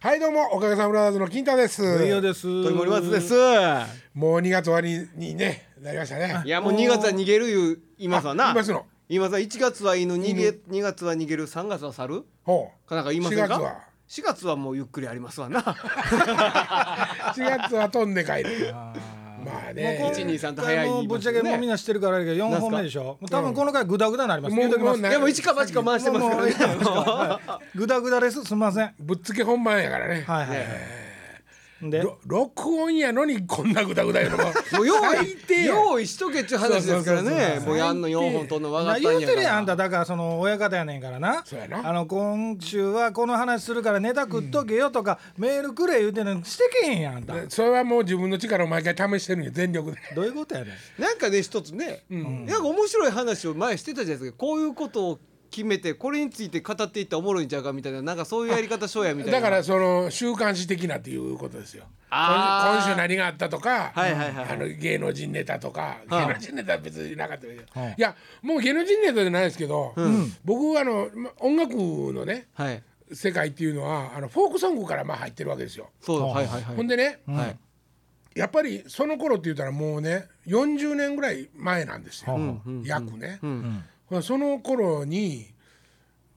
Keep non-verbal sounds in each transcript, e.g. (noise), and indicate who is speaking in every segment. Speaker 1: はいどうもおかげさんブラザーズの金太です
Speaker 2: 運用です。
Speaker 3: 鳥森松です。
Speaker 1: もう2月終わりにねなりましたね
Speaker 3: いやもう2月は逃げるいう今さ
Speaker 1: あ
Speaker 3: な。
Speaker 1: 言いますの
Speaker 3: 今さ1月は犬逃げ、2月は逃げる3月は猿
Speaker 1: ほう
Speaker 3: かなんか言いません
Speaker 1: 4
Speaker 3: か
Speaker 1: 月は
Speaker 3: (laughs) 4月はもうゆっくりあります
Speaker 1: (laughs)
Speaker 3: わな
Speaker 1: 4月は飛んで帰るまあね
Speaker 3: 123と
Speaker 2: これ
Speaker 3: 早い
Speaker 2: もうぶっちゃけもうみんな知ってるからあれやけど4本目でしょもう多分この回グダグダになります
Speaker 1: もう
Speaker 2: 言うときます
Speaker 1: もうな
Speaker 3: でも一か八か回してますからね
Speaker 2: はいグダグダですすみませんはい
Speaker 1: ぶっつけ本番やからね
Speaker 2: はいで
Speaker 1: ろ録音やのにこんなグダグダやのも
Speaker 3: もう用
Speaker 1: 最低
Speaker 3: 意
Speaker 1: や
Speaker 3: 用意しとけっちゅう話ですから
Speaker 1: そうそうそう
Speaker 3: ね
Speaker 1: そう
Speaker 3: もうやんの4本とんの分か
Speaker 2: な
Speaker 3: った
Speaker 2: 言
Speaker 3: ん
Speaker 2: う
Speaker 3: や
Speaker 2: て
Speaker 3: か
Speaker 2: るやんあん
Speaker 3: ら
Speaker 2: ただからその親方やねんからな
Speaker 1: そうやな
Speaker 2: あの今週はこの話するからネタ食っとけよとかメールくれ言うてんのにしてけへんやんあんた
Speaker 1: それはもう自分の力を毎回試してるんよ全力で
Speaker 2: どういうことやねん
Speaker 3: なんかね一つねなんか面白い話を前してたじゃないですかこういうことを決めてこれについて語っていったらおもろいんちゃうかみたいななんかそういうやり方しようやみたいな
Speaker 1: だからその週刊誌的なっていうことですよ今
Speaker 3: あー
Speaker 1: 今週何があったとか、
Speaker 3: はいはいはい
Speaker 1: あの芸能人ネタとか、
Speaker 3: はあ
Speaker 1: 芸能人ネタは別になかったけど、
Speaker 2: はい
Speaker 1: い、やもう芸能人ネタじゃないですけど、僕はあのま音楽のね
Speaker 3: はい
Speaker 1: 世界っていうのはあのフォークソングからまあ入ってるわけですよ。
Speaker 3: そうはいはいはい
Speaker 1: ほんでね、
Speaker 3: はい
Speaker 1: やっぱりその頃って言ったらもうね40年ぐらい前なんですよ、
Speaker 2: はあ
Speaker 1: 約ね、
Speaker 3: ん
Speaker 1: ほなその頃に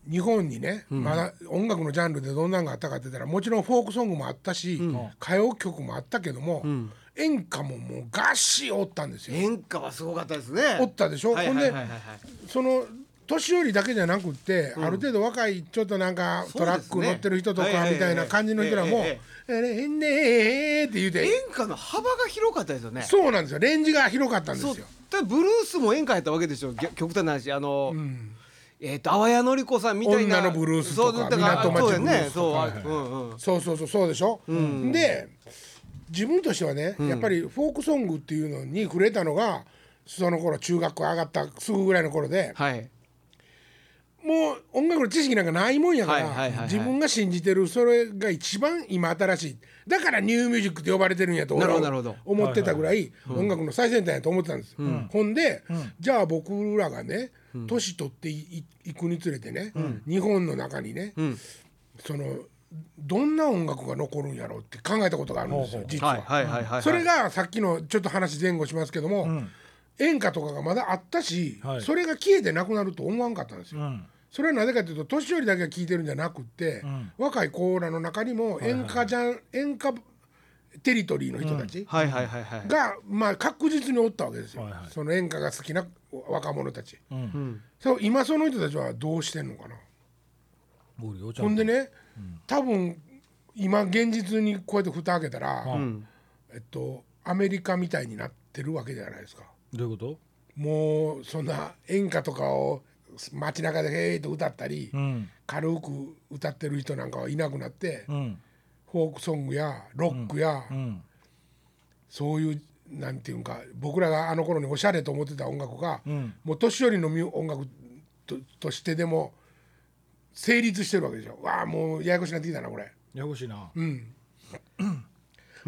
Speaker 1: 日本にね、まだ音楽のジャンルでどんなんがあったかって言ったらもちろんフォークソングもあったし、歌謡曲もあったけども、演歌ももうガッシーおったんですよ。
Speaker 3: 演歌はすごかったですね
Speaker 1: おったでしょ、
Speaker 3: はいはいはいはい
Speaker 1: ほんでその年寄りだけじゃなくって、ある程度若いちょっとなんか
Speaker 3: そう
Speaker 1: ト
Speaker 3: ですね
Speaker 1: ラック乗ってる人とか
Speaker 3: はいはいはい
Speaker 1: みたいな感じの人らも
Speaker 3: え
Speaker 1: 「えれへんねー」って言うて、
Speaker 3: 演歌の幅が広かったですよね
Speaker 1: そうなんですよレンジが広かったんで
Speaker 3: そう
Speaker 1: すよ。
Speaker 3: だからブルースも演歌やったわけでしょぎゃ極端な話あの、えっ、と阿波谷のり子さんみたいな
Speaker 1: 女のブルースとか
Speaker 3: そうだから
Speaker 1: 港町
Speaker 3: そうだ
Speaker 1: ブ
Speaker 3: よ
Speaker 1: ルー
Speaker 3: ね
Speaker 1: ス
Speaker 3: そう、
Speaker 1: とか
Speaker 3: うんうん
Speaker 1: そうそうそうそうでしょ、で自分としてはね、やっぱりフォークソングっていうのに触れたのがその頃中学校上がったすぐぐらいの頃で
Speaker 3: はい
Speaker 1: もう音楽の知識なんかないもんやから、
Speaker 3: はいはいはいはい
Speaker 1: 自分が信じてるそれが一番今新しいだからニューミュージックって呼ばれてるんやと俺は
Speaker 3: なるほどなるほ
Speaker 1: 思ってたぐらい音楽の最先端やと思ってたんですよ、ほんで、じゃあ僕らがね年取っていいいくにつれてね、日本の中にね、そのどんな音楽が残るんやろうって考えたことがあるんですよ実は。
Speaker 3: はいはいはいはい
Speaker 1: それがさっきのちょっと話前後しますけども、演歌とかがまだあったし、
Speaker 2: はい
Speaker 1: それが消えてなくなると思わんかったんですよ。
Speaker 2: うん
Speaker 1: それはなぜかというと年寄りだけが聴いてるんじゃなくって、若い子らの中にも演歌じゃん、演歌テリトリーの人たち
Speaker 3: はいはいはいはい
Speaker 1: が、まあ、確実におったわけですよ、
Speaker 2: はいはい
Speaker 1: その演歌が好きな若者たち、
Speaker 3: ん
Speaker 1: そう今その人たちはどうしてんのかな、
Speaker 2: おるよちゃ
Speaker 1: ほ
Speaker 2: んと
Speaker 1: んでね、多分今現実にこうやって蓋開けたら、えっとアメリカみたいになってるわけじゃないですか
Speaker 2: どういうこと
Speaker 1: もうそんな演歌とかを街中でへーっと歌ったり、
Speaker 2: うん
Speaker 1: 軽く歌ってる人なんかはいなくなって、
Speaker 2: うん
Speaker 1: フォークソングやロックや、
Speaker 2: うん
Speaker 1: そういうなんていうんか僕らがあの頃におしゃれと思ってた音楽が、
Speaker 2: ん
Speaker 1: もう年寄りのみ音楽ととしてでも成立してるわけでしょわあもうややこしくなってきたなこれ。
Speaker 2: ややこしいな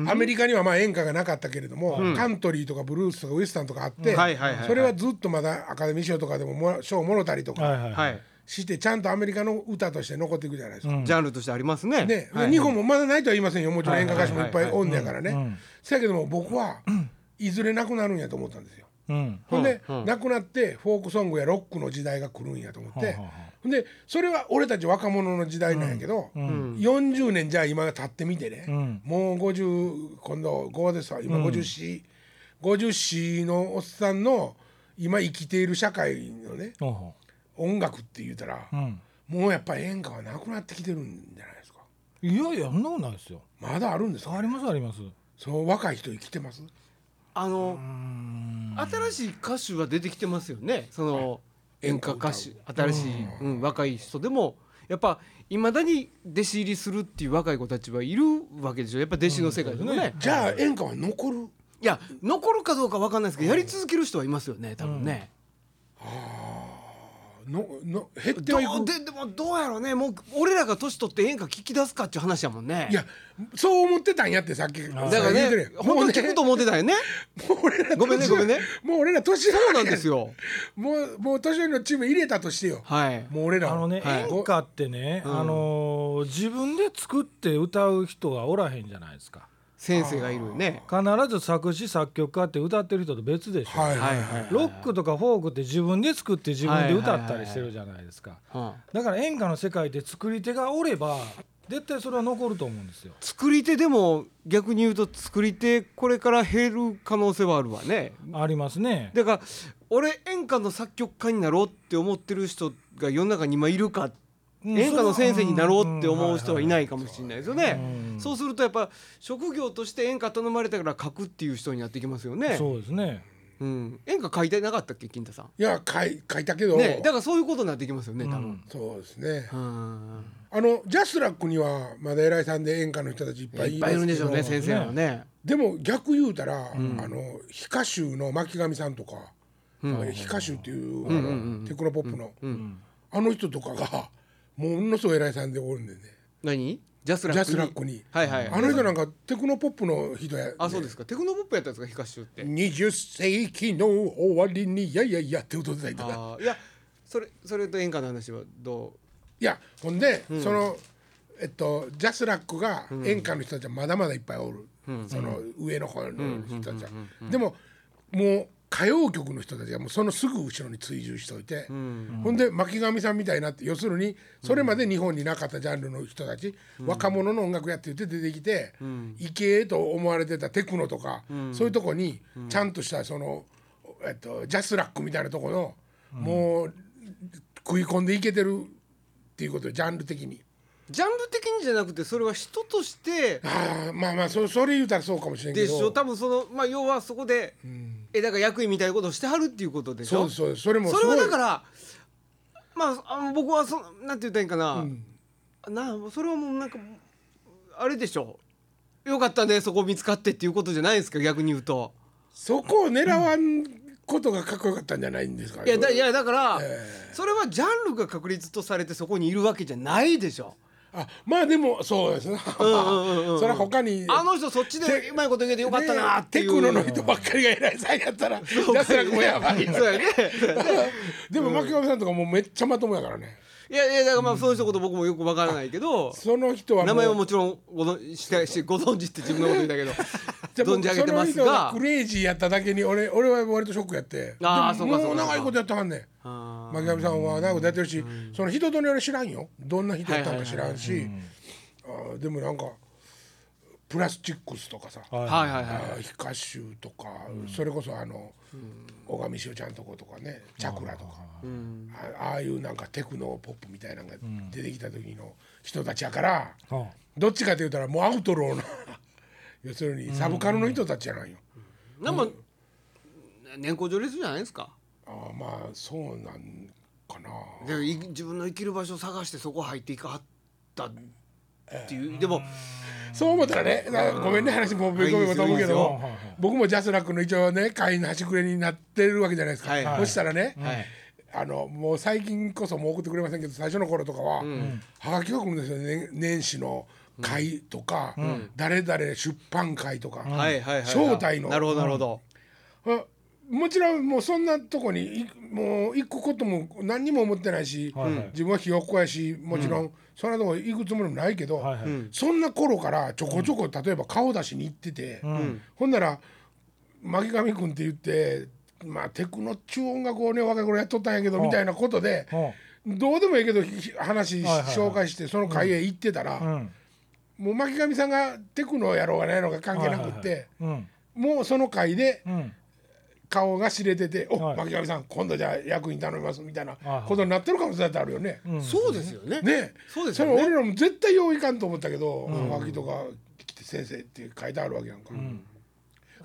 Speaker 1: アメリカにはまあ演歌がなかったけれども、カントリーとかブルースとかウエスタンとかあって、
Speaker 3: はいはいはいはい
Speaker 1: それはずっとまだアカデミー賞とかでももら賞をもろたりと
Speaker 2: はい
Speaker 1: か
Speaker 2: はい
Speaker 3: はいい
Speaker 1: してちゃんとアメリカの歌として残っていくじゃないですか。
Speaker 3: ジャンルとしてありますね
Speaker 1: ね
Speaker 3: はい
Speaker 1: 日本もまだないとは言いませんよもちろん演歌歌手もいっぱい
Speaker 3: はい
Speaker 1: おんねやからね。せやけども僕はいずれなくなるんやと思ったんですよ。
Speaker 2: うん
Speaker 1: ほんで、
Speaker 3: うんうん
Speaker 1: なくなってフォークソングやロックの時代が来るんやと思って、
Speaker 2: うんうんうん
Speaker 1: ほんでそれは俺たち若者の時代なんやけど、40年じゃあ今経ってみてね、
Speaker 2: ん
Speaker 1: もう50今度5ですわ今54、54のおっさんの今生きている社会のね
Speaker 2: ほうほ
Speaker 1: 音楽って言うたら、
Speaker 2: ううん
Speaker 1: もうやっぱ演歌はなくなってきてるんじゃないですか
Speaker 2: いやいやそんなことないですよ
Speaker 1: まだあるんですか
Speaker 2: ありますあります
Speaker 1: そう若い人生きてます
Speaker 3: あの新しい歌手は出てきてますよねその演歌歌手新しい、うん、若い人でもやっぱいまだに弟子入りするっていう若い子たちはいるわけでしょやっぱ弟子の世界でもね,、
Speaker 1: じゃあ演歌は残る
Speaker 3: いや残るかどうかわかんないですけどやり続ける人はいますよね多分ね、
Speaker 1: のの減って
Speaker 3: ど
Speaker 1: はいく
Speaker 3: うででもどうやろうねもう俺らが年取って演歌聞き出すかっていう話やもんね
Speaker 1: いやそう思ってたんやってさっきだか
Speaker 3: だからね本当に聞くと思ってたよね
Speaker 1: もう俺ら
Speaker 3: ごめんね
Speaker 1: 年
Speaker 3: ごめんね
Speaker 1: もう俺ら年
Speaker 3: そ
Speaker 1: 上
Speaker 3: うなんです
Speaker 1: よ
Speaker 3: よ
Speaker 1: もうもう年上のチーム入れたとしてよ
Speaker 3: はい
Speaker 1: もう俺ら
Speaker 2: あのね、
Speaker 3: はい
Speaker 2: 演歌ってね、
Speaker 3: うん
Speaker 2: あのー自分で作って歌う人がおらへんじゃないですか
Speaker 3: 先生がいるよね
Speaker 2: 必ず作詞作曲家って歌ってる人と別でしょ、
Speaker 1: はいはい
Speaker 3: はいはい
Speaker 2: ロックとかフォークって自分で作って自分で歌ったりしてるじゃないですか、
Speaker 3: うん
Speaker 2: だから演歌の世界で作り手がおれば絶対それは残ると思うんですよ
Speaker 3: 作り手でも逆に言うと作り手これから減る可能性はあるわね
Speaker 2: ありますね
Speaker 3: だから俺演歌の作曲家になろうって思ってる人が世の中に今いるか
Speaker 2: うん
Speaker 3: 演歌の先生になろうって思う人はいないかもしれないですよね
Speaker 2: うん
Speaker 3: そうするとやっぱ職業として演歌頼まれたから書くっていう人になってきますよね
Speaker 2: そうですね
Speaker 3: うん演歌書いてなかったっけ金太さん
Speaker 1: いや書い書いたけど、
Speaker 3: ねだからそういうことになってきますよね多
Speaker 2: う
Speaker 3: 分
Speaker 2: ん
Speaker 1: そうですね
Speaker 3: うん
Speaker 1: あのジャスラックにはまだ偉いさんで演歌の人たちいっぱい
Speaker 3: いっ
Speaker 1: ま
Speaker 3: ぱいいるんでしょうね
Speaker 1: すけど
Speaker 3: 先生はね
Speaker 1: でも逆言うたら、あの非歌手の巻上さんとか、非歌手っていう、あのテクノポップの、あの人とかがものすごい偉いさんでおるんでね
Speaker 3: 何ジャス
Speaker 1: ジ
Speaker 3: ラック
Speaker 1: ャ
Speaker 3: に
Speaker 1: スラックに、
Speaker 3: はいはい
Speaker 1: あの人なんかテクノポップの人や、
Speaker 3: あそうですかテクノポップやったんですかヒカシュって
Speaker 1: 20世紀の終わりにいやいやいやって歌ってたりとか
Speaker 3: あーいやそれそれと演歌の話はど
Speaker 1: いやほんで、そのえっとジャスラックが演歌の人たちはまだまだいっぱいおる、その上の方の人たちは、でももう歌謡曲の人たちがもうそのすぐ後ろに追従しておいて、ほんで巻上さんみたいになって要するにそれまで日本になかったジャンルの人たち、若者の音楽やって言って出てきて、いけと思われてたテクノとか、そういうとこにちゃんとしたその、えっと、ジャスラックみたいなとこの、もう食い込んでいけてるっていうことジャンル的に
Speaker 3: うジャンル的にじゃなくてそれは人として
Speaker 1: ああまあまあそそれ言うたらそうかもしれんけ
Speaker 3: で
Speaker 1: ど
Speaker 3: しょ多分そのまあ要はそこで、えだから役員みたいなことをしてはるっていうことでし
Speaker 1: そう
Speaker 3: ょ
Speaker 1: ですそうですそれも
Speaker 3: それはだかららまああの僕はそなんて言ったらいいんかな、なそれはもうなんかあれでしょよかったねそこ見つかってっていうことじゃないですか逆に言うと。
Speaker 1: そこを狙わんことがかっこよかったんじゃないんですか
Speaker 3: いやだいやだから、それはジャンルが確立とされてそこにいるわけじゃないでしょ。
Speaker 1: あまあでもそうですねそれは他に
Speaker 3: あの人そっちで
Speaker 1: て
Speaker 3: うまいこと言えてよかったなっていう。
Speaker 1: ねテクノの人ばっかりが偉いさんやったらジャスラックもやばいよ
Speaker 3: (laughs) そうやね。
Speaker 1: でも牧上さんとかもうめっちゃまともやからね
Speaker 3: いやいやだからまあその人のこと僕もよくわからないけど。
Speaker 1: その人はもう
Speaker 3: 名前はもちろんご存してしご存知って自分のこと言ったけ
Speaker 1: (laughs)
Speaker 3: ど
Speaker 1: じゃあ
Speaker 3: 存じ上げてます
Speaker 1: その人が
Speaker 3: が
Speaker 1: クレイジーやっただけに俺俺は割とショックやって
Speaker 3: あー
Speaker 1: でも
Speaker 3: そうかそうか
Speaker 1: もう長いことやってはんねん
Speaker 3: あ
Speaker 1: 牧上さんは長いことやってるし、その人とね俺知らんよどんな人やったのか知らんし、あーでもなんかプラスチックスとかさ、
Speaker 2: はい
Speaker 3: ーはいはいはい
Speaker 1: あー皮下臭とか、それこそあの、小上潮ちゃんとことかねチャクラとか、あああいうなんかテクノポップみたいなのが出てきた時の人たちやから、
Speaker 2: は
Speaker 1: どっちかというたらもうアウトローな (laughs) 要するにサブカルの人たちじゃないよ。
Speaker 3: でも年功序列じゃないですか
Speaker 1: ああまあそうなんかな。
Speaker 3: でい自分の生きる場所を探してそこ入っていかはったっていうでも
Speaker 1: そう思ったらね、なごめんね話もうぶり込めようと思うけ
Speaker 3: いい
Speaker 1: ど
Speaker 2: ですよいいですよ、
Speaker 1: 僕もジャスラックの一応ね会員の端くれになってるわけじゃないですか。
Speaker 3: はいはい
Speaker 1: そしたらね、
Speaker 3: はい
Speaker 1: あのもう最近こそもう送ってくれませんけど最初の頃とかは、はがきが来るんですよね年始の会とか、誰々出版会とか、
Speaker 3: はいはいはい
Speaker 1: 招待の
Speaker 3: なるほどなるほど
Speaker 1: あもちろんもうそんなとこにいもう行くことも何にも思ってないし、
Speaker 2: はいはい
Speaker 1: 自分はひよっこやしもちろん、そんなとこ行くつもりもないけど、
Speaker 2: はいはい
Speaker 3: うん
Speaker 1: そんな頃からちょこちょこ例えば顔出しに行ってて、
Speaker 2: ん
Speaker 1: ほんなら巻上君って言って、まあ、テクノっちゅう音楽をね若い頃やっとったんやけどみたいなことで、
Speaker 2: いは
Speaker 1: どうでもいいけどひ話し
Speaker 2: はいはいはい
Speaker 1: 紹介してその会へ行ってたら、
Speaker 2: いうん
Speaker 1: もう巻上さんがテクノやろうがないのが関係なくって、
Speaker 2: うん
Speaker 1: もうその会で
Speaker 2: うん
Speaker 1: 顔が知れてて「お
Speaker 2: はい
Speaker 1: 巻上さん今度じゃあ役員頼みます」みたいな
Speaker 2: はい
Speaker 1: ことになってる可能性だってあるよね。
Speaker 2: うん
Speaker 3: そうですよね
Speaker 1: ね
Speaker 3: そうです
Speaker 1: そ
Speaker 3: よ
Speaker 1: れ
Speaker 3: ね
Speaker 1: 俺らも絶対よういかんと思ったけど、おはがきとか来て「先生」って書いてあるわけやんか。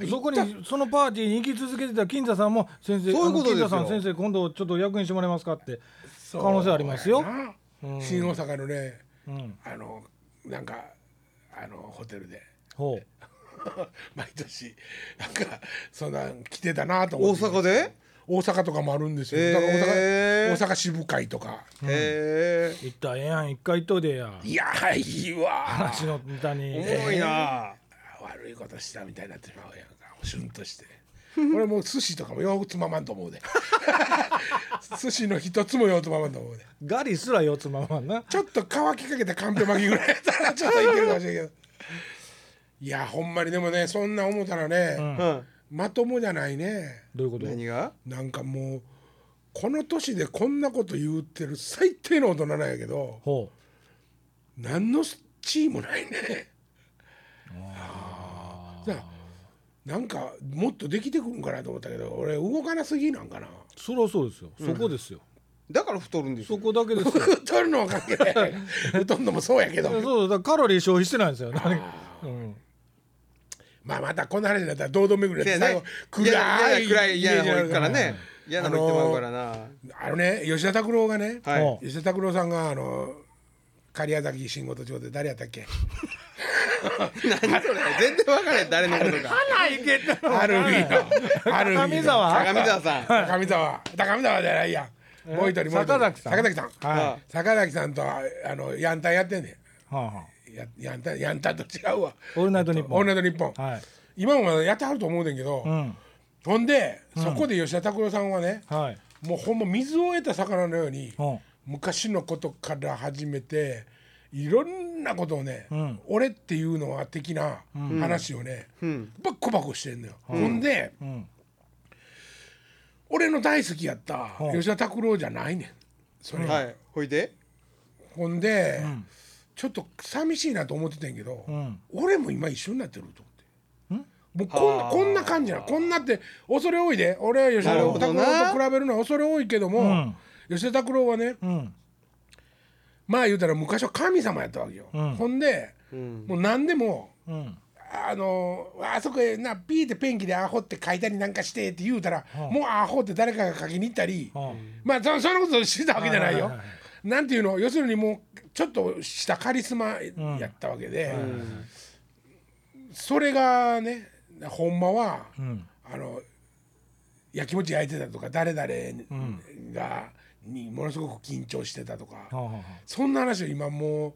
Speaker 2: そこにそのパーティーに行き続けてた金田さんも先生
Speaker 3: そういうことですよ
Speaker 2: あの金田さん先生今度ちょっと役員してもらえますかって可能性ありますよ。
Speaker 1: な新大阪のね
Speaker 2: うん、
Speaker 1: あのなんかあのホテルで (laughs)
Speaker 2: ほう
Speaker 1: 毎年なんかそんなん来てたなと思
Speaker 3: 大
Speaker 1: って
Speaker 3: 阪で
Speaker 1: 大阪とかもあるんですよ、
Speaker 3: へー
Speaker 1: だから大阪大阪支部会とか
Speaker 3: へ
Speaker 2: 行ったらええやん一回行っといでや
Speaker 1: いやーいいわ
Speaker 2: 話のネタに
Speaker 3: えおもろいな
Speaker 1: 悪いことしたみたいになってしまうやんかシュンとして俺もう寿司とかもようつままんと思うで (laughs) 寿司の一つもようつままんと思うで
Speaker 2: ガリすら四つまんまんな
Speaker 1: ちょっと乾きかけたかんぴょ巻きぐらいやったらちょっといけるかもしれんけどいやほんまにでもねそんな思ったらね、
Speaker 3: うん
Speaker 1: まともじゃないね
Speaker 2: どういうこと
Speaker 3: 何が
Speaker 1: なんかもうこの年でこんなこと言ってる最低の大人なんやけど
Speaker 2: ほ
Speaker 1: 何の地位もないねだからなんかもっとできてくるんかなと思ったけど俺動かなすぎなんかな (laughs)
Speaker 2: うそりゃそうですよそこですよ、
Speaker 3: だから太るんです
Speaker 2: そ
Speaker 3: よ
Speaker 2: こだけですよ
Speaker 1: 太るのは関係
Speaker 3: (laughs)
Speaker 1: ない太るのもそうやけど
Speaker 2: そうそうだからカロリー消費してないんですよ、何うん、
Speaker 1: まあまたこんな話になったら堂々巡りで
Speaker 3: せや
Speaker 1: 最後
Speaker 3: ね
Speaker 1: 暗
Speaker 3: いやや
Speaker 1: い
Speaker 3: 暗い嫌な方行くからね嫌な方行って
Speaker 1: あのー
Speaker 3: まうからな
Speaker 1: あのね吉田拓郎がね、
Speaker 3: は
Speaker 2: うん
Speaker 3: い
Speaker 1: 吉田拓郎さんがあの假屋崎新事町で誰やったっけ
Speaker 3: 何それ全然分からへん誰のことか
Speaker 1: アルフィーのアルフィーの
Speaker 2: 神沢
Speaker 3: 高見沢
Speaker 1: (laughs)
Speaker 3: さん
Speaker 1: 高見沢高見沢じゃないやんもう一人もう一人
Speaker 2: 坂崎さん
Speaker 1: 坂崎さん
Speaker 2: は
Speaker 1: 坂崎さんとああのヤンタンやってんね
Speaker 2: い、はあはあ、
Speaker 1: んやヤンタンヤンタンと違うわ
Speaker 2: オールナイトニッ
Speaker 1: オー
Speaker 2: ポ
Speaker 1: ルナ
Speaker 2: ン
Speaker 1: イトニッポン
Speaker 2: はい
Speaker 1: 今もまだやってはると思うねんけど、
Speaker 2: うん
Speaker 1: ほんでそこで吉田拓郎さんはね、
Speaker 2: はい
Speaker 1: もうほんま水を得た魚のように、
Speaker 2: うん
Speaker 1: 昔のことから始めていろんなことをね、
Speaker 2: ん
Speaker 1: 俺っていうのは的な話をね、バッコバコしてんのよ、ほんで、
Speaker 2: ん
Speaker 1: 俺の大好きやった
Speaker 2: うん
Speaker 1: 吉田拓郎じゃないねんそれが、
Speaker 3: はいほいで
Speaker 1: ほんで、ちょっと寂しいなと思ってたんやけど、
Speaker 2: ん
Speaker 1: 俺も今一緒になってると思って。もうこんなこんな感じなのこんなって恐れ多いで俺は吉田
Speaker 3: なる
Speaker 1: 拓
Speaker 3: ほどな
Speaker 1: 郎と比べるのは恐れ多いけども、吉田拓郎はね、
Speaker 2: うん
Speaker 1: まあ言うたら昔は神様やったわけよ、
Speaker 2: うん
Speaker 1: ほんで、もう何でも
Speaker 2: うん
Speaker 1: あのあそこへなピーってペンキでアホって書いたりなんかしてって言うたら、もうアホって誰かが書きに行ったり、
Speaker 2: うん
Speaker 1: まあそそんなことしてたわけじゃないよ、
Speaker 2: はいはいはいは
Speaker 1: なんていうの要するにもうちょっとしたカリスマやったわけで、それがねほんまは、
Speaker 2: ん
Speaker 1: あのやきもち焼いてたとか誰々が、にものすごく緊張してたとか。
Speaker 2: はあは
Speaker 1: そんな話を今もう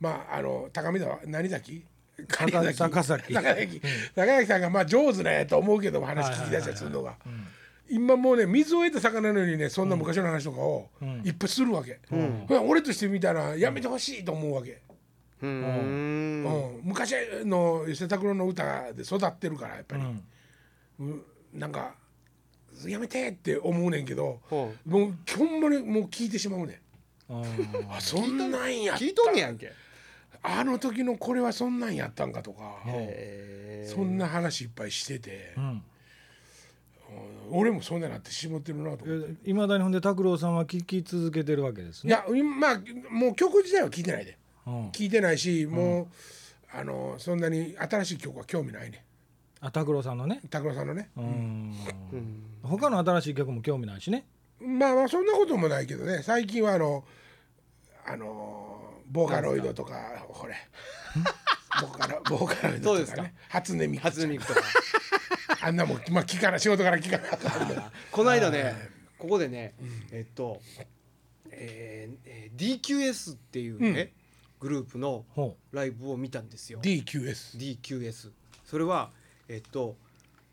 Speaker 1: まああの高見沢何崎狩屋崎
Speaker 2: 坂崎
Speaker 1: 坂崎坂崎さんがまあ上手なやと思うけども話聞き出したりするのが今もうね水を得た魚のようにねそんな昔の話とかをいっぱいするわけ、ほら俺としてみたらやめてほしいと思うわけ、
Speaker 3: う
Speaker 1: うんん昔の吉田拓郎の歌で育ってるからやっぱり、うんなんかやめてって思うねんけど、
Speaker 3: ほ
Speaker 1: もうほんまにもう聞いてしまうね
Speaker 2: あうん
Speaker 1: んあそんなんやった
Speaker 3: 聞いとんねやんけ
Speaker 1: あの時のこれはそんなんやったんかとか、
Speaker 3: へ
Speaker 1: そんな話いっぱいしてて、
Speaker 2: ん
Speaker 1: 俺もそんななってしもってるなと思って。
Speaker 2: いまだにほんで拓郎さんは聞き続けてるわけです
Speaker 1: い
Speaker 2: ね。
Speaker 1: や今まあもう曲自体は聞いてないで
Speaker 2: うん、
Speaker 1: 聞いてないしもう、あのそんなに新しい曲は興味ないね
Speaker 2: あ拓郎さんのね。
Speaker 1: 拓郎さんのね
Speaker 2: うん。他の新しい曲も興味ないしね。
Speaker 1: まあまあそんなこともないけどね最近はあのあのボーカロイドとかこれボーカ
Speaker 3: (laughs)
Speaker 1: ロボーカロイド
Speaker 3: そう
Speaker 1: と
Speaker 3: です
Speaker 1: か
Speaker 3: か
Speaker 1: ね初音ミク
Speaker 3: 初音ミクとか
Speaker 1: あんなもん、まあ、聞かない仕事から聞かなあかった
Speaker 3: (laughs) この間ねここでねえっとえーえー DQS っていうねグループの
Speaker 2: ほ
Speaker 3: ライブを見たんですよ
Speaker 1: DQS
Speaker 3: DQS それはえっと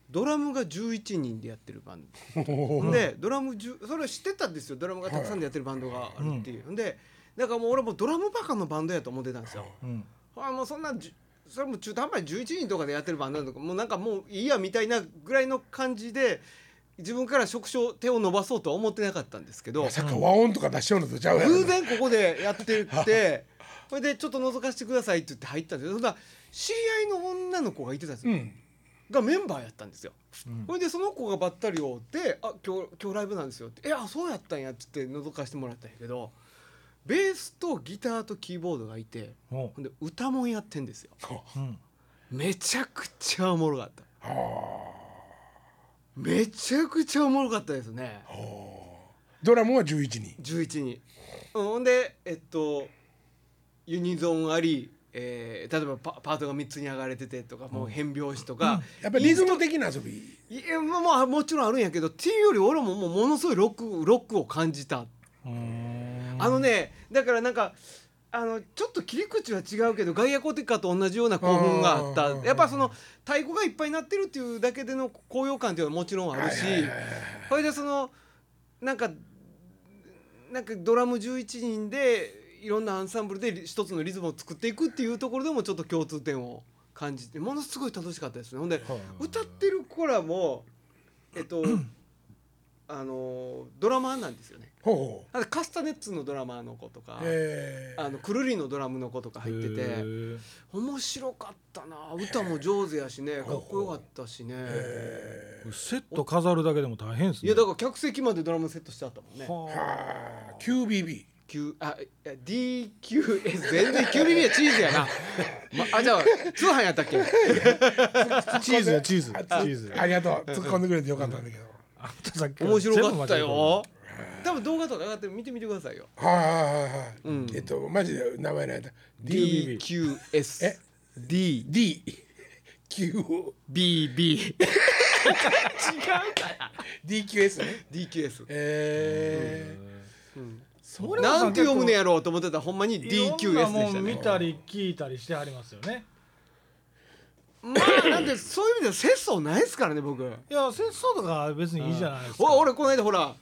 Speaker 3: ドラムが11人でやってるバンドでドラム10それは知ってたんですよドラムがたくさんでやってるバンドがあるっていう、でだからもう俺もドラムバカのバンドやと思ってたんですよ、
Speaker 2: う。うん。
Speaker 3: あもうそんなじゅそれも中途半端に11人とかでやってるバンドだとかもうなんかもういいやみたいなぐらいの感じで自分から職種手を伸ばそうとは思ってなかったんですけど
Speaker 1: まさか和音とか出しちゃうのとちゃうやろ
Speaker 3: 偶然ここでやって
Speaker 1: (laughs)
Speaker 3: てそれでちょっと覗かせてくださいって言って入ったんですけどそんな知り合いの女の子がいてたんですよ、
Speaker 1: うん
Speaker 3: がメンバーやったんですよ。それでその子がばったり会って「あ今日今日ライブなんですよ」って「えあそうやったんや」って言って覗かせてもらったんやけどベースとギターとキーボードがいて
Speaker 2: ほ
Speaker 3: ほんで歌もんやってんですよ。
Speaker 2: う。うん。
Speaker 3: めちゃくちゃおもろかった
Speaker 1: あー
Speaker 3: めちゃくちゃおもろかったですね
Speaker 1: ドラムは11人
Speaker 3: 11人うんほんでえっとユニゾンあり、ええー例えばパパートが3つに上がれててとかもう変拍子とか、
Speaker 1: やっぱりリズム的な遊び
Speaker 3: いやまあまあもちろんあるんやけどっていうより俺ももうものすごいロックロックを感じたあのねだからなんかあのちょっと切り口は違うけどガイアコテカと同じような興奮があっ
Speaker 1: あー
Speaker 3: たやっぱその太鼓がいっぱい鳴ってるっていうだけでの高揚感っていうのはもちろんあるしそれでそのなんかなんかドラム11人でいろんなアンサンブルで一つのリズムを作っていくっていうところでもちょっと共通点を感じてものすごい楽しかったですねほんで歌ってる子らもえっ (clears throat) とあのドラマーなんですよね
Speaker 1: ほうほう
Speaker 3: あとカスタネッツのドラマーの子とか、
Speaker 1: えー
Speaker 3: あのくるりのドラムの子とか入って
Speaker 4: へ
Speaker 3: て
Speaker 4: ー
Speaker 3: 面白かったな歌も上手やしねかっこよかったしね
Speaker 2: セット飾るだけでも大変です
Speaker 3: い
Speaker 2: ね
Speaker 3: やだから客席までドラムセットしてあったもんね
Speaker 2: はあ
Speaker 1: あー QBB
Speaker 3: Q あいや DQS 全然 QBB はチーズ
Speaker 2: (laughs)
Speaker 3: やな、まあじゃあ通販やったっけ
Speaker 4: チーズやチーズチ
Speaker 1: あ
Speaker 4: ーズ
Speaker 1: ありがとう突っ込んでくれてよかったんだけど
Speaker 2: あんたさっきから
Speaker 3: 面白かった
Speaker 2: 全部間違
Speaker 3: よ多分動画とか上がってる見てみてくださいよ
Speaker 1: はいはいはいはい
Speaker 3: うん
Speaker 1: えっとマジで名前ないだ
Speaker 4: DBB
Speaker 3: DQS
Speaker 1: え DDQDQS
Speaker 3: DBB 違うかな
Speaker 1: ね
Speaker 3: DQS
Speaker 1: え
Speaker 2: えてる森
Speaker 3: なん
Speaker 2: 本さ
Speaker 3: て読む
Speaker 2: 結
Speaker 3: ねやろうと思ってたらほんまに DQS
Speaker 2: 構
Speaker 3: で
Speaker 2: いろんなも
Speaker 3: した
Speaker 2: ん見
Speaker 3: ね
Speaker 2: たり聞いたりしてはりますよね
Speaker 3: まあなんでそういう意味では節操ないですからね僕おい
Speaker 2: いや戦争とかは別にいいじゃないですか
Speaker 3: 俺この間ほら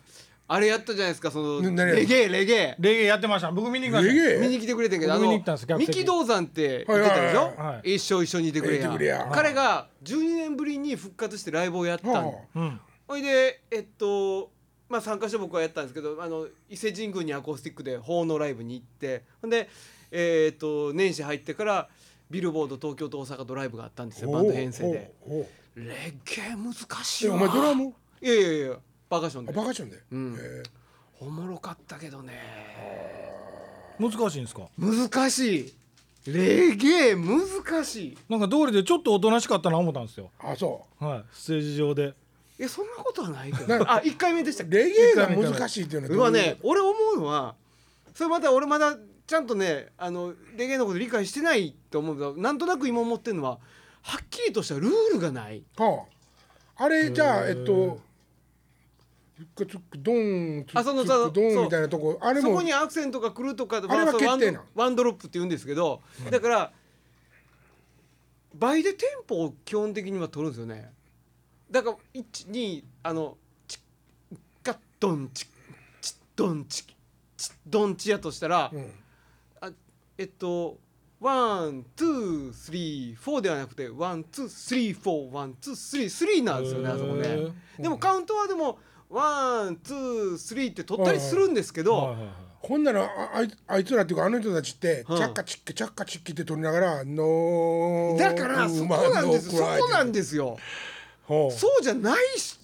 Speaker 3: あれやったじゃないですかそ
Speaker 1: な
Speaker 3: の
Speaker 1: 何や
Speaker 3: レゲエレゲ
Speaker 2: レゲエやってました僕見に行
Speaker 1: ー、
Speaker 2: きま
Speaker 1: レ
Speaker 2: した
Speaker 1: ゲエ
Speaker 3: エ見に来てくれてんけどあ
Speaker 2: 僕見
Speaker 3: の
Speaker 2: に行ったんです客
Speaker 3: 三
Speaker 2: 席
Speaker 3: 木道山って言ってたで
Speaker 1: はいは
Speaker 3: し
Speaker 1: い
Speaker 2: はいは
Speaker 3: ょ一生一緒にいてくれ
Speaker 1: いてくれや
Speaker 3: や彼が12年ぶりに復活してライブをやったん
Speaker 1: はあ
Speaker 2: うん
Speaker 3: ほいでえっとまあ参加して僕はやったんですけどあの伊勢神宮にアコースティックで奉納ライブに行ってほんでえっと年始入ってからビルボード東京と大阪とライブがあったんですよバンド編成で。
Speaker 1: おうおうおう
Speaker 3: レゲエ難しい
Speaker 1: えお
Speaker 3: わ
Speaker 1: 前ドラム
Speaker 3: いやいやいやバカション
Speaker 1: あ
Speaker 3: で
Speaker 1: バカちゃんだよ、
Speaker 3: ん
Speaker 1: えー
Speaker 3: おもろかったけどね
Speaker 2: 難しいんですか
Speaker 3: 難しいレゲエ難しい
Speaker 2: なんか通りでちょっとおとなしかったな思ったんですよ
Speaker 1: あそ
Speaker 2: はいステージ上で
Speaker 3: えそんなことはないけ
Speaker 1: なん
Speaker 3: どあ一回目でしたっ
Speaker 1: う
Speaker 3: け
Speaker 1: レゲエが難しいっていうの
Speaker 3: うわ
Speaker 1: はどういう
Speaker 3: ね俺思うのはそれまた俺まだちゃんとねあのレゲエのこと理解してないと思うけどなんとなく今思ってるのははっきりとしたルールがない
Speaker 1: はあ、あれじゃあえっとつっくつっくドンつっ
Speaker 3: あそのそ
Speaker 1: く
Speaker 3: の
Speaker 1: ドンみたいなとこあれ
Speaker 3: そ
Speaker 1: も
Speaker 3: こにアクセントが来るとか
Speaker 1: あれは
Speaker 3: そうワ
Speaker 1: 決
Speaker 3: ン
Speaker 1: 定
Speaker 3: ド
Speaker 1: なん
Speaker 3: ワンドロップって言うんですけどだから倍でテンポを基本的には取るんですよねだから12あのチッカドンチッチッドンチッチッドンチやとしたら、
Speaker 1: ん
Speaker 3: あえっとワンツースリーフォーではなくてワンツースリーフォーワンツースリースリーなんですよねあそこ
Speaker 2: へ
Speaker 3: ね
Speaker 2: ー
Speaker 3: でもカウントはでもワンツースリーって取ったりするんですけど、
Speaker 2: はいはいはい
Speaker 1: ほんならああいあいつらっていうかあの人たちって、
Speaker 3: うん
Speaker 1: チャッカチッキチャッカチッキって取りながらノー
Speaker 3: だからそこなんですよそこなんですよ
Speaker 1: ほう
Speaker 3: そうじゃないし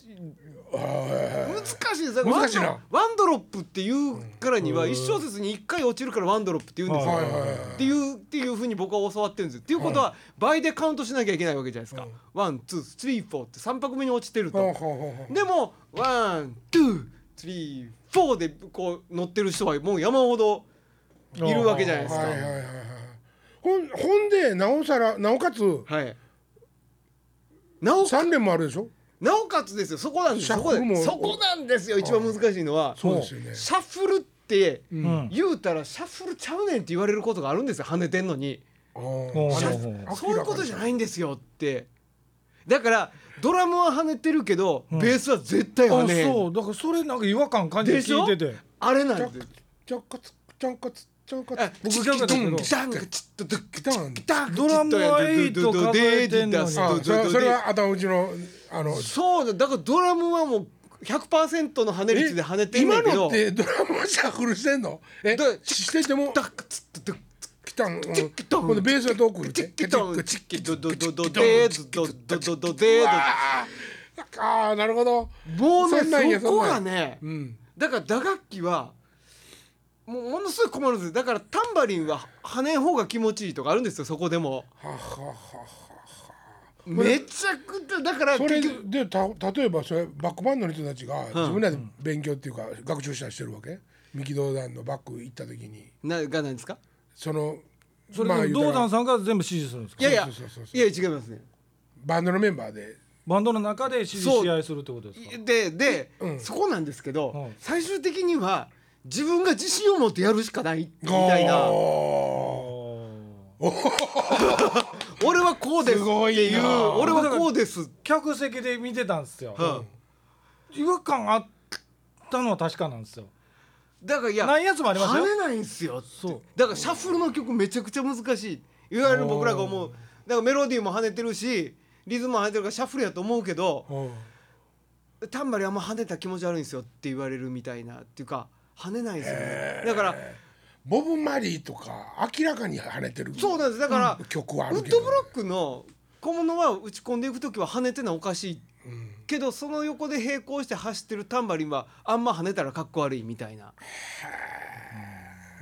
Speaker 3: 難しいですだから
Speaker 1: 難しいな
Speaker 3: ワンドワンドロップっていうからには一小節に一回落ちるからワンドロップって言うんですよ、
Speaker 1: はいはいはい
Speaker 3: っていうっていうふうに僕は教わってるんですよっていうことは倍でカウントしなきゃいけないわけじゃないですか、ワンツースリーフォーって3拍目に落ちてると、
Speaker 1: ほうほうほうほう
Speaker 3: でもワンツースリーフォーでこう乗ってる人はもう山ほどいるわけじゃないですか
Speaker 1: はいはいはいはいほんほんでなおさらなおかつ
Speaker 3: はいなお
Speaker 1: 三連もあるでしょ
Speaker 3: なおかつですよそこなんです
Speaker 1: シャ
Speaker 3: そ
Speaker 1: ッ
Speaker 3: こ
Speaker 1: フルも
Speaker 3: でそこなんですよ一番難しいのは
Speaker 1: そうですよね
Speaker 3: シャッフルって
Speaker 2: ん
Speaker 3: 言うたらシャッフルちゃうねんって言われることがあるんですよ跳ねてんのに
Speaker 1: あ
Speaker 2: ほう
Speaker 1: ー
Speaker 2: ほう
Speaker 1: シャ
Speaker 2: ほう
Speaker 1: ッ明らかに
Speaker 3: そういうことじゃないんですよってだからドラムは跳ねてるけどベースは絶対跳
Speaker 2: あ
Speaker 3: ねへん
Speaker 2: そうだからそれなんか違和感感じて
Speaker 3: でしょ
Speaker 2: 聞いてて
Speaker 3: あれな
Speaker 1: チャ
Speaker 3: ん
Speaker 1: ッ
Speaker 3: です
Speaker 1: カチャッカツチャッカツチャッカツ
Speaker 3: あ
Speaker 2: 僕
Speaker 3: チ
Speaker 2: 逆だ
Speaker 3: キ
Speaker 2: った
Speaker 3: ド
Speaker 2: けど
Speaker 3: ンキタンキチッとドッキ
Speaker 1: 来たん
Speaker 3: キタン
Speaker 2: ドラムは8数えてんのに
Speaker 1: あそれそれは頭打ちのあの
Speaker 3: そうだだからドラムはもう100%の跳ね率で跳ねてんねんけ
Speaker 1: 今の
Speaker 3: ど
Speaker 1: ってドラムシャッフルしてんのえ
Speaker 3: だ
Speaker 1: してても
Speaker 3: ダッツッとドッ
Speaker 1: 来たんうん
Speaker 3: チッキドン
Speaker 1: ほんでベースは遠くに
Speaker 3: チッキドンチッキドドドドデーズドドドド
Speaker 1: う
Speaker 3: デー
Speaker 1: わーああなるほど
Speaker 3: ズもう
Speaker 1: そんなんや
Speaker 3: ねそこ
Speaker 1: そ
Speaker 3: が
Speaker 1: んなん
Speaker 3: ね
Speaker 1: うん
Speaker 3: だから打楽器はもうものすごい困るんですよだからタンバリンは跳ねん方が気持ちいいとかあるんですよそこでも
Speaker 1: ははは
Speaker 3: めちゃくちゃだから
Speaker 1: そ
Speaker 3: 結
Speaker 1: れ
Speaker 3: 局
Speaker 1: でた例えばそれバックバンドの人たちが自分らで勉強っていうか学習したりしてるわけ三木道団のバック行った時に
Speaker 3: ながなんですか
Speaker 1: その
Speaker 2: そ
Speaker 1: まあ
Speaker 2: れ
Speaker 1: 言うたら
Speaker 2: 道山さんが全部指示するんですか
Speaker 3: いやいや
Speaker 1: そうそうそうそ
Speaker 3: いや違いますね
Speaker 1: バンドのメンバーで
Speaker 2: バンドの中で指示
Speaker 3: そう
Speaker 2: し合いするってことですか
Speaker 3: でで、
Speaker 1: うん
Speaker 3: そこなんですけど、
Speaker 2: うん
Speaker 3: 最終的には自分が自信を持ってやるしかないみたいな
Speaker 1: お
Speaker 3: 俺はこうですって
Speaker 1: すごい
Speaker 3: いう
Speaker 1: な
Speaker 3: 俺はこうです
Speaker 2: 客席で見てたんですよ、
Speaker 3: は
Speaker 2: 違和感あったのは確かなんですよ
Speaker 3: だからいや
Speaker 2: ないやつもありますよ
Speaker 3: 跳ねないんすよって
Speaker 2: そう
Speaker 3: だからシャッフルの曲めちゃくちゃ難しいいわゆる僕らが思うだからメロディーも跳ねてるしリズムも跳ねてるからシャッフルやと思うけど
Speaker 1: ー
Speaker 3: タンバリンあんま跳ねたら気持ち悪いんですよって言われるみたいなっていうか跳ねないですよねだから
Speaker 1: ボブ・マリーとか明らかに跳ねてる
Speaker 3: そうなんですだから、
Speaker 1: 曲はあ
Speaker 3: ウ
Speaker 1: る
Speaker 3: ッ
Speaker 1: け
Speaker 3: ド
Speaker 1: ど
Speaker 3: ブロックの小物は打ち込んでいく時は跳ねてのはおかしいけどその横で並行して走ってるタンバリンはあんま跳ねたらかっこ悪いみたいな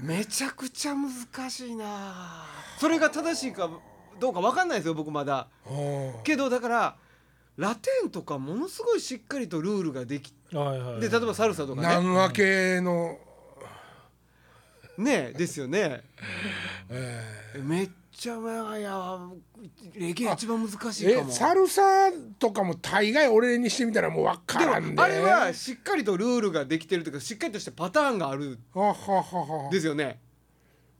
Speaker 3: めちゃくちゃ難しいなそれが正しいかどうか分かんないですよ僕まだ
Speaker 1: うん
Speaker 3: けどだからラテンとかものすごいしっかりとルールができ
Speaker 2: はいはい
Speaker 3: で例えばサルサとか
Speaker 1: 南
Speaker 3: ね
Speaker 1: 和系の
Speaker 3: ねです
Speaker 1: (laughs)
Speaker 3: よねめっちゃいやレゲエ一番難しいか
Speaker 1: え
Speaker 3: も
Speaker 1: サルサとかも大概俺にしてみたらもう分からんで
Speaker 3: あれはしっかりとルールができてるというかしっかりとしたパターンがあるん
Speaker 1: はははは
Speaker 3: ですよね、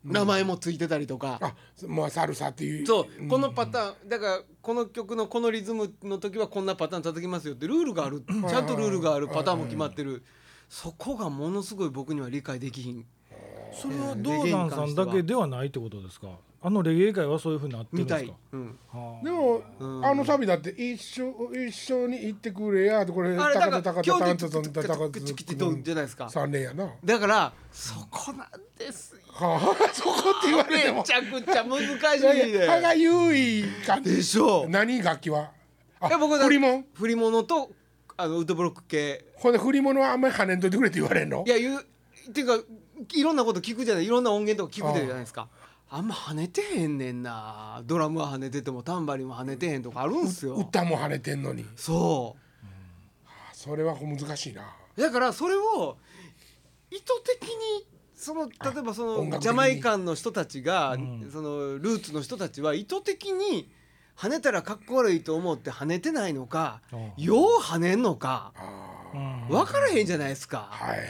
Speaker 3: 名前もついてたりとか、
Speaker 1: あまあサルサっていう
Speaker 3: そうこのパターンだからこの曲のこのリズムの時はこんなパターン叩きますよってルールがある、ちゃんとルールがあるパターンも決まってる、そこがものすごい僕には理解できひん
Speaker 2: それは道山さんだけではないってことですかあのレゲエ界はそういうふうになってる
Speaker 3: み
Speaker 2: んで
Speaker 3: た
Speaker 2: す
Speaker 3: い
Speaker 2: か、
Speaker 3: うん、
Speaker 2: はあ
Speaker 1: でも、あのサビだって一緒一緒に行ってくれやってこれ
Speaker 3: あれだから
Speaker 1: タカタ
Speaker 3: 今
Speaker 1: タンタ
Speaker 3: 日で
Speaker 1: タンタタカ
Speaker 3: くちきちとじゃないですか
Speaker 1: 三連やな。は
Speaker 3: だからそこなんですよ
Speaker 1: あそこって言われて
Speaker 3: め
Speaker 1: も。
Speaker 3: ちゃくちゃ難しい
Speaker 1: いやいや歯が
Speaker 3: ね
Speaker 1: ゆい感じ
Speaker 3: でしょ
Speaker 1: 何楽器は。あ
Speaker 3: いや僕だ
Speaker 1: 振りもん。
Speaker 3: 振り物とあのウッドブロック系
Speaker 1: ほんで振り物はあんまり跳ねんといてくれって言われんの
Speaker 3: い。や言うっていうかいろんなこと聞くじゃないいろんな音源とか聞くじゃないですかあんま跳ねてへんねんなドラムは跳ねててもタンバリンも跳ねてへんとかあるんすよ
Speaker 1: 歌も跳ねてんのに。
Speaker 3: そ
Speaker 1: あそれは難しいな。
Speaker 3: うだからそれを意図的にその例えばそ
Speaker 1: 音楽的
Speaker 3: の
Speaker 1: に
Speaker 3: ジャマイカンの人たちが、そのルーツの人たちは意図的に跳ねたらかっこ悪いと思って跳ねてないのか、よう跳ねんのか分からへんじゃないですか。
Speaker 1: はいはい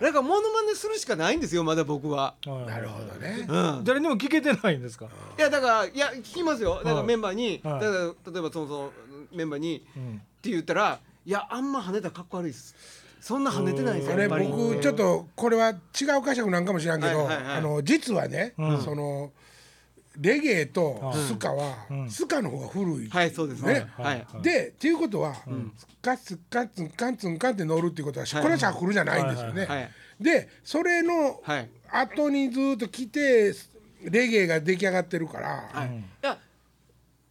Speaker 3: なんかモノマネするしかないんですよまだ僕は。
Speaker 2: はい
Speaker 1: はい。なるほどね。
Speaker 3: うん、
Speaker 2: 誰にも聞けてないんですか、
Speaker 3: いやだからいや聞きますよだからメンバーに、
Speaker 2: はい
Speaker 3: だから例えばそのそのメンバーに、
Speaker 2: ん
Speaker 3: って言ったら「いやあんま跳ねたらかっこ悪いです」そんな跳ねてないです
Speaker 1: そ
Speaker 3: よ
Speaker 1: れ
Speaker 3: やっぱり
Speaker 1: 僕ちょっとこれは違う解釈なんかもしれんけど、
Speaker 3: はいはいはい
Speaker 1: あの実はね、そのレゲエとスカは、スカの方が古い、
Speaker 3: はいそうですね
Speaker 1: ね
Speaker 3: はい、
Speaker 1: でっていうことは、スカスカツンカンツンカンって乗るっていうことは、
Speaker 3: い
Speaker 1: これはシャッフルじゃないんですよね。
Speaker 3: はいはい
Speaker 1: でそれの
Speaker 3: はい
Speaker 1: 後にずっと来てレゲエが出来上がってるから、
Speaker 3: はいいや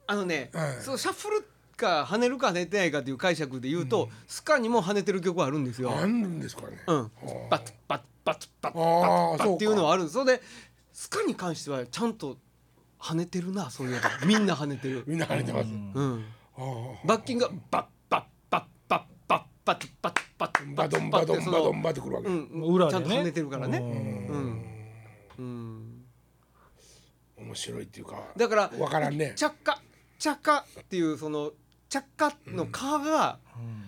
Speaker 3: あのね、
Speaker 1: はい
Speaker 3: そうシャッフルか跳ねるか跳ねてないかという解釈で言うと、スカにも跳ねてる曲はあるんですよ。
Speaker 1: なんですかね。
Speaker 3: うん、バッバッバッバッ
Speaker 1: ああ
Speaker 3: バ
Speaker 1: そ
Speaker 3: ッ
Speaker 1: う
Speaker 3: っていうの
Speaker 1: か。
Speaker 3: はあるんですそれでスカに関してはちゃんと跳ねてるなそういえばみんな跳ねてる、
Speaker 1: みんな跳ねてます。
Speaker 3: うん、
Speaker 1: ああ
Speaker 3: バッキンがバッバッバッバッバッバッバッ
Speaker 1: バ
Speaker 3: バッ
Speaker 1: ドンバドンバドンバってくるわけ。
Speaker 3: うんうん
Speaker 2: 裏
Speaker 3: ち
Speaker 2: で
Speaker 3: ゃ
Speaker 2: ね
Speaker 3: んと跳ねてるから
Speaker 2: う
Speaker 3: ね
Speaker 2: ん
Speaker 1: 面白いっていうか。
Speaker 3: だから
Speaker 1: わからんね。
Speaker 3: チャッカチャッカっていうそのチャッカのカーは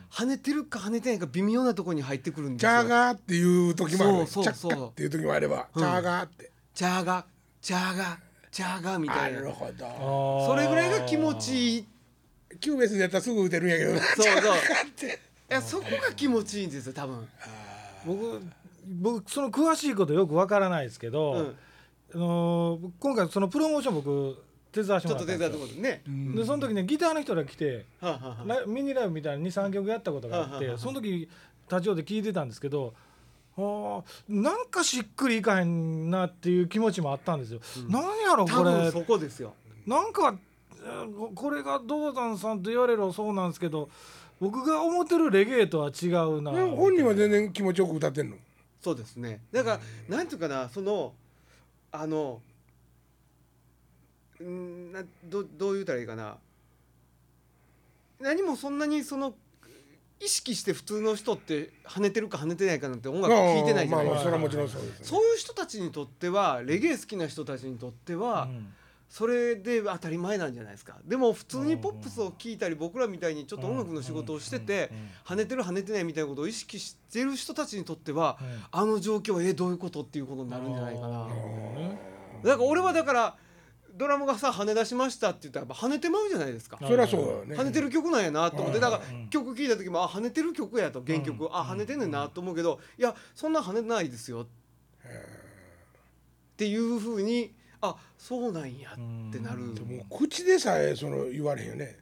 Speaker 3: 跳ねてるか跳ねてないか微妙なところに入ってくるんです
Speaker 1: チ
Speaker 3: よ
Speaker 1: ャーガーっていう時もある。チ
Speaker 3: そう
Speaker 1: ャ
Speaker 3: そうそう
Speaker 1: ッカっていう時もあれば、チャーガーって。
Speaker 3: チャーガチャーガチャーガみた
Speaker 1: ない
Speaker 3: な
Speaker 1: るほど。
Speaker 2: そ
Speaker 3: それぐらいが気持ちいい
Speaker 1: キューベースでやったらすぐ打てるんやけどな。
Speaker 3: そうそう
Speaker 1: って。
Speaker 3: いやそこが気持ちいいんですよ多分
Speaker 2: 僕僕その詳しいことよくわからないですけど、
Speaker 3: うん
Speaker 2: あのー今回そのプロモーション僕手伝わせ
Speaker 3: ち
Speaker 2: ても
Speaker 3: ょっ
Speaker 2: ら
Speaker 3: と
Speaker 2: った
Speaker 3: 手
Speaker 2: んですよ
Speaker 3: 伝ってことね
Speaker 2: でその時ねギターの人ら来て、
Speaker 3: はあはあはあ
Speaker 2: ライミニライブみたいな23曲やったことがあってその時立ち寄って聞いてたんですけどあなんかしっくりいかへんなっていう気持ちもあったんですよ。なんやろ
Speaker 3: 多
Speaker 2: こ
Speaker 3: 分
Speaker 2: れ
Speaker 3: そこですよ
Speaker 2: なんかえーこれが道山さんと言われるそうなんですけど僕が思ってるレゲエとは違うな。
Speaker 1: でも本人は全然気持ちよく歌ってんの。
Speaker 3: そうですねだから、なんていうかなそのあのうんなどどう言うたらいいかな何もそんなにその意識して普通の人って跳ねてるか跳ねてないかなんて音楽聴いてないじゃない
Speaker 1: まあま
Speaker 3: で
Speaker 1: あ
Speaker 3: す
Speaker 1: それ
Speaker 3: か
Speaker 1: はもちろんそうです、ね、
Speaker 3: そういう人たちにとってはレゲエ好きな人たちにとっては、それで当たり前なんじゃないですかでも普通にポップスを聴いたり僕らみたいにちょっと音楽の仕事をしてて跳ねてる跳ねてないみたいなことを意識してる人たちにとってはあの状況えどういうことっていうことになるんじゃないかな。だから俺はだからドラムがさ跳ね出しましたって言ったらやっぱ跳ねてまうじゃないですか。
Speaker 1: それはそうよね
Speaker 3: 跳ねてる曲なんやなと思ってだから曲聴いた時もあ跳ねてる曲やと原曲あ跳ねてんねんなと思うけどいやそんな跳ねてないですよっていうふうにあそうなんやってなる
Speaker 1: もう口でさえその言われへんよね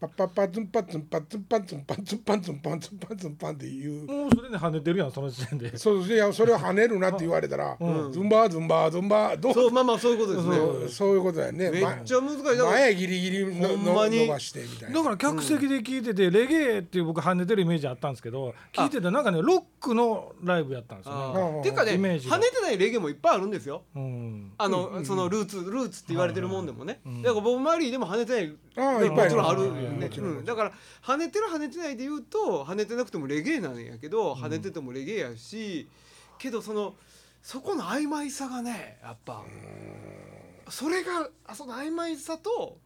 Speaker 1: パッパッパツンパツンパツンパツンパツンパツンパツンパツンパンって言う
Speaker 2: もうそれで跳ねてるやんその時点で
Speaker 1: そうですねいやそれを跳ねるなって言われたらズンバーズンバーズンバーどう
Speaker 3: そうまあまあそういうことですね
Speaker 1: そうそういうことだよね
Speaker 3: めっちゃ難しいだ
Speaker 1: ま
Speaker 3: から
Speaker 1: 前ギリギリの
Speaker 3: ほんま
Speaker 1: の
Speaker 3: に
Speaker 1: 伸ばしてみたいな
Speaker 2: だから客席で聞いてて、レゲエっていう僕跳ねてるイメージあったんですけど聞いてたらなんかねロックのライブやったんですよね。
Speaker 3: あーていうかね
Speaker 2: イ
Speaker 3: 跳
Speaker 2: メー
Speaker 3: ね
Speaker 2: ジが
Speaker 3: てないレゲエもいっぱいあるんですよ
Speaker 2: うん
Speaker 3: あのそのルーツルーツって言われてるもんでもねだからボブ・マリーでも跳ねてない
Speaker 1: ああいっぱいある
Speaker 3: もちろんあるよ
Speaker 1: うん
Speaker 3: ね
Speaker 1: もちろん
Speaker 3: うんだから跳ねてる跳ねてないで言うと跳ねてなくてもレゲエなんやけど跳ねててもレゲエやしけどそのそこの曖昧さがねやっぱそれがあその曖昧さと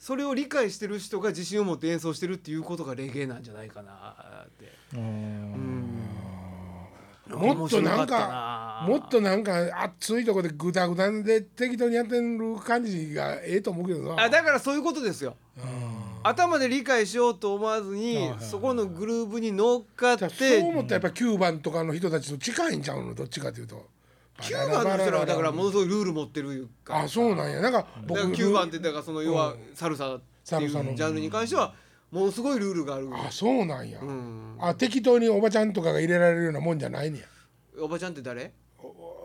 Speaker 3: それを理解してる人が自信を持って演奏してるっていうことがレゲエなんじゃないかなって
Speaker 1: もっとなん
Speaker 3: 面白った
Speaker 1: かもっとなんか熱いとこでグダグダで適当にやってる感じがええと思うけどな
Speaker 3: あだからそういうことですよ頭で理解しようと思わずにそこのグルーブに乗っかっ
Speaker 1: だ
Speaker 3: て
Speaker 1: からそう思ったらやっぱ9番とかの人たちと近いんちゃうのどっちかというと
Speaker 3: 9番の人らはだからものすごいルール持ってるいうか
Speaker 1: あそうなんやなんか
Speaker 3: だ
Speaker 1: 僕
Speaker 3: から9番ってだからその要はサルサっていう
Speaker 1: サルサの
Speaker 3: ジャンルに関してはものすごいルールがある
Speaker 1: あそうなんや、
Speaker 3: ん
Speaker 1: あ適当におばちゃんとかが入れられるようなもんじゃないねや
Speaker 3: おばちゃんって誰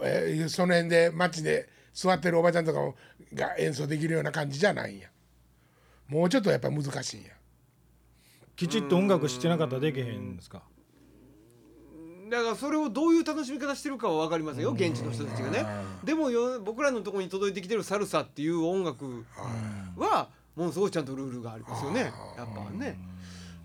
Speaker 1: えーその辺で街で座ってるおばちゃんとかが演奏できるような感じじゃないんやもうちょっとやっぱ難しいんや
Speaker 2: きちっと音楽してなかったらできへんですか。
Speaker 3: だからそれをどういう楽しみ方してるかは分かりませんよ現地の人たちがねでもよ僕らのところに届いてきてるサルサっていう音楽はものすごいちゃんとルールがありますよねやっぱね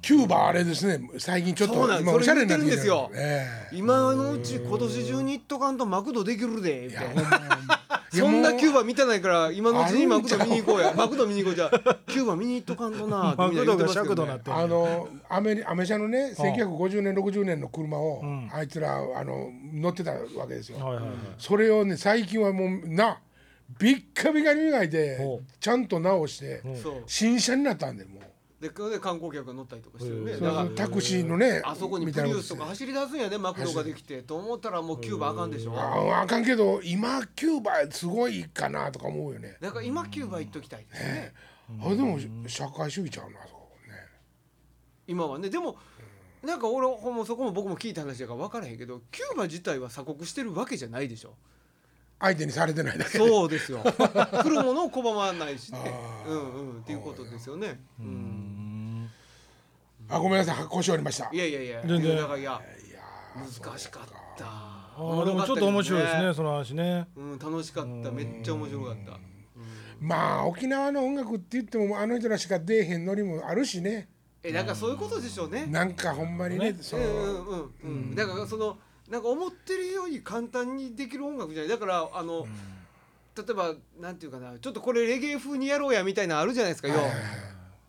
Speaker 1: キューバあれですね最近ちょっと
Speaker 3: そうなん
Speaker 1: 今
Speaker 3: そ
Speaker 1: お
Speaker 3: れ
Speaker 1: しゃれになってき
Speaker 3: 言ってるんですよ
Speaker 1: え
Speaker 3: 今のうち今年中に行っとかんとマクドできるでみたいな
Speaker 1: えいや
Speaker 3: そんな
Speaker 1: もう
Speaker 3: キューバ見てないから今のうちにマクド見に行こう
Speaker 1: あ
Speaker 3: やマクド見に行こうじゃあキューバ見に行っとかんとな
Speaker 2: マクドが尺
Speaker 3: ド
Speaker 2: 度なってる。
Speaker 1: あのアメリアメ車のね1950年60年の車を、
Speaker 2: ん
Speaker 1: あいつらあの乗ってたわけですよ、
Speaker 2: はいはいはい。
Speaker 1: それをね最近はもうなビッカビカに磨いて
Speaker 2: ほ
Speaker 1: ちゃんと直して
Speaker 3: そう
Speaker 1: 新車になったんでもう
Speaker 3: でで観光客が乗ったりとかしてる
Speaker 2: へ
Speaker 3: ね
Speaker 2: え
Speaker 1: そ
Speaker 3: だ
Speaker 1: うそ
Speaker 3: から
Speaker 1: うタクシーのね
Speaker 3: あそこに
Speaker 1: み
Speaker 3: プ
Speaker 1: たい
Speaker 3: リ
Speaker 1: な
Speaker 3: ウ
Speaker 1: の
Speaker 3: スとか走り出すんやねマクドができてと思ったらもうキューバあかんでしょ
Speaker 1: ああかんけど今キューバすごいかなとか思うよね、
Speaker 3: だから今キューバ行っときたいですね
Speaker 1: あでも社会主義ちゃうなあそこね
Speaker 3: 今はねでもなんか俺ほんまそこも僕も聞いた話だから分からへんけどキューバ自体は鎖国してるわけじゃないでしょ
Speaker 1: 相手にされてないだけ
Speaker 3: そうで
Speaker 2: (laughs)
Speaker 3: すよ来るものを拒まないしねうんうんっていうことですよねうん
Speaker 1: あごめんなさい発行しておりました
Speaker 3: いやいやいや
Speaker 2: 全然
Speaker 3: だからいや難しかった
Speaker 2: ああでもちょっと面白いですね
Speaker 3: 物語
Speaker 2: その話ね。
Speaker 3: うん楽しかっためっちゃ面白かった
Speaker 1: まあ沖縄の音楽って言ってもあの人らしか出えへんのにもあるしね
Speaker 3: えなんかそういうことでしょうね
Speaker 1: なんかほんまにねそ
Speaker 3: うんう
Speaker 1: の
Speaker 3: んうんうんだからそのなんか思ってるより簡単にできる音楽じゃないだからあの例えばなんていうかなちょっとこれレゲエ風にやろうやみたいなのあるじゃないですか要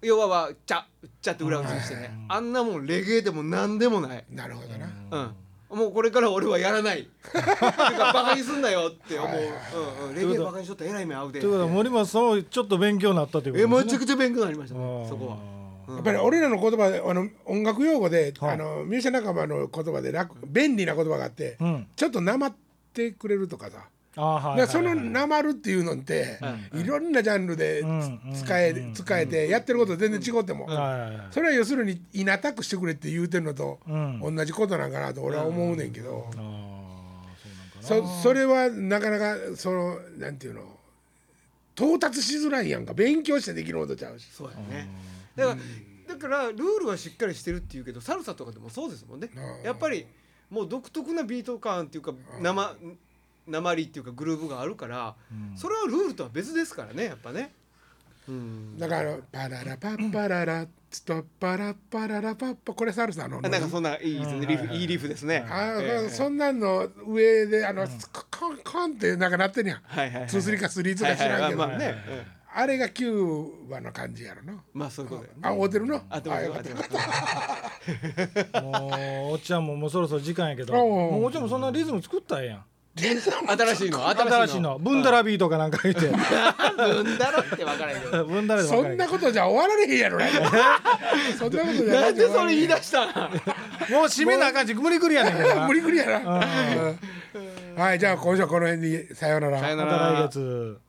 Speaker 3: 要ははチャッチャって裏打ちにしてねあんなもんレゲエでも何でもない
Speaker 1: なるほどな
Speaker 3: うん、もうこれから俺はやらないてかバカにすんなよって思う、うんうん、レゲエバカにしとったらえらい目合うで
Speaker 2: ということは森松さんもちょっと勉強になったとい
Speaker 3: え
Speaker 2: うこ
Speaker 3: め
Speaker 2: と
Speaker 3: ち
Speaker 2: ですね。
Speaker 3: ゃくちゃ勉強になりました
Speaker 2: あ
Speaker 3: ね
Speaker 2: ー
Speaker 3: そこは
Speaker 1: やっぱり俺らの言葉であの音楽用語で、あのミュージシャン仲間の言葉で楽便利な言葉があって、
Speaker 2: ん
Speaker 1: ちょっとなまってくれるとかさ、
Speaker 2: ああはいはいは
Speaker 1: だ
Speaker 2: い。
Speaker 1: からそのなまるっていうのって、いろんなジャンルでつ
Speaker 2: ん
Speaker 1: 使え、使えてやってること全然違っても、
Speaker 2: はいはいはい
Speaker 1: それは要するにいなたくしてくれって言うてるのと、
Speaker 2: ん
Speaker 1: 同じことなんかなと俺は思うねんけど、
Speaker 2: ああそうなんか
Speaker 1: そそれはなかなかそのなんていうの到達しづらいやんか勉強してできることちゃうし。
Speaker 3: そうやねだからだからルールはしっかりしてるっていうけどサルサとかでもそうですもんねやっぱりもう独特なビート感っていうか生鉛っていうかグルーヴがあるからそれはルールとは別ですからねやっぱね
Speaker 1: だから「パララパッパララッツとパラッパララパッパ」これサルサの
Speaker 3: あなんかそんないいですね、リーフいいリーフですね。
Speaker 1: あー
Speaker 3: ええ
Speaker 1: そんなんの上であの、コンコンってなんかなってんやん、
Speaker 3: はいはいはい
Speaker 1: ツースリーかスリーツーか知
Speaker 3: はい
Speaker 1: らん
Speaker 3: は
Speaker 1: け
Speaker 3: い
Speaker 1: ど、
Speaker 3: まあね、ええ
Speaker 1: あれがキューバの感じやろな、
Speaker 3: まあそういうことだよね。
Speaker 1: あ合うてるの
Speaker 3: あでも
Speaker 1: あよかった
Speaker 3: で
Speaker 1: よ
Speaker 3: も
Speaker 1: かった
Speaker 2: もうおっちゃんももうそろそろ時間やけど
Speaker 1: おうおう
Speaker 2: もうおっちゃんもそんなリズム作ったらええやん
Speaker 3: 新しいの
Speaker 2: 新
Speaker 3: (laughs)
Speaker 2: しいのブンダラビーとかなんか言って
Speaker 3: うんだろって分からへんけど
Speaker 2: ブンダラビーと
Speaker 1: そ
Speaker 2: か
Speaker 1: ん
Speaker 2: なん
Speaker 1: な
Speaker 2: か
Speaker 1: ことじゃ終わられへんやろ
Speaker 3: (laughs)
Speaker 1: ねそんなことじゃ
Speaker 3: な
Speaker 1: なんい
Speaker 3: でそれ言い出したん
Speaker 2: もう締めなあかんし無理くりやねんから
Speaker 1: (laughs)
Speaker 2: な
Speaker 1: 無理くりやな、うんはいじゃあ今週はこの辺にさようなら
Speaker 3: さよな
Speaker 2: ま
Speaker 3: ら
Speaker 2: た来月。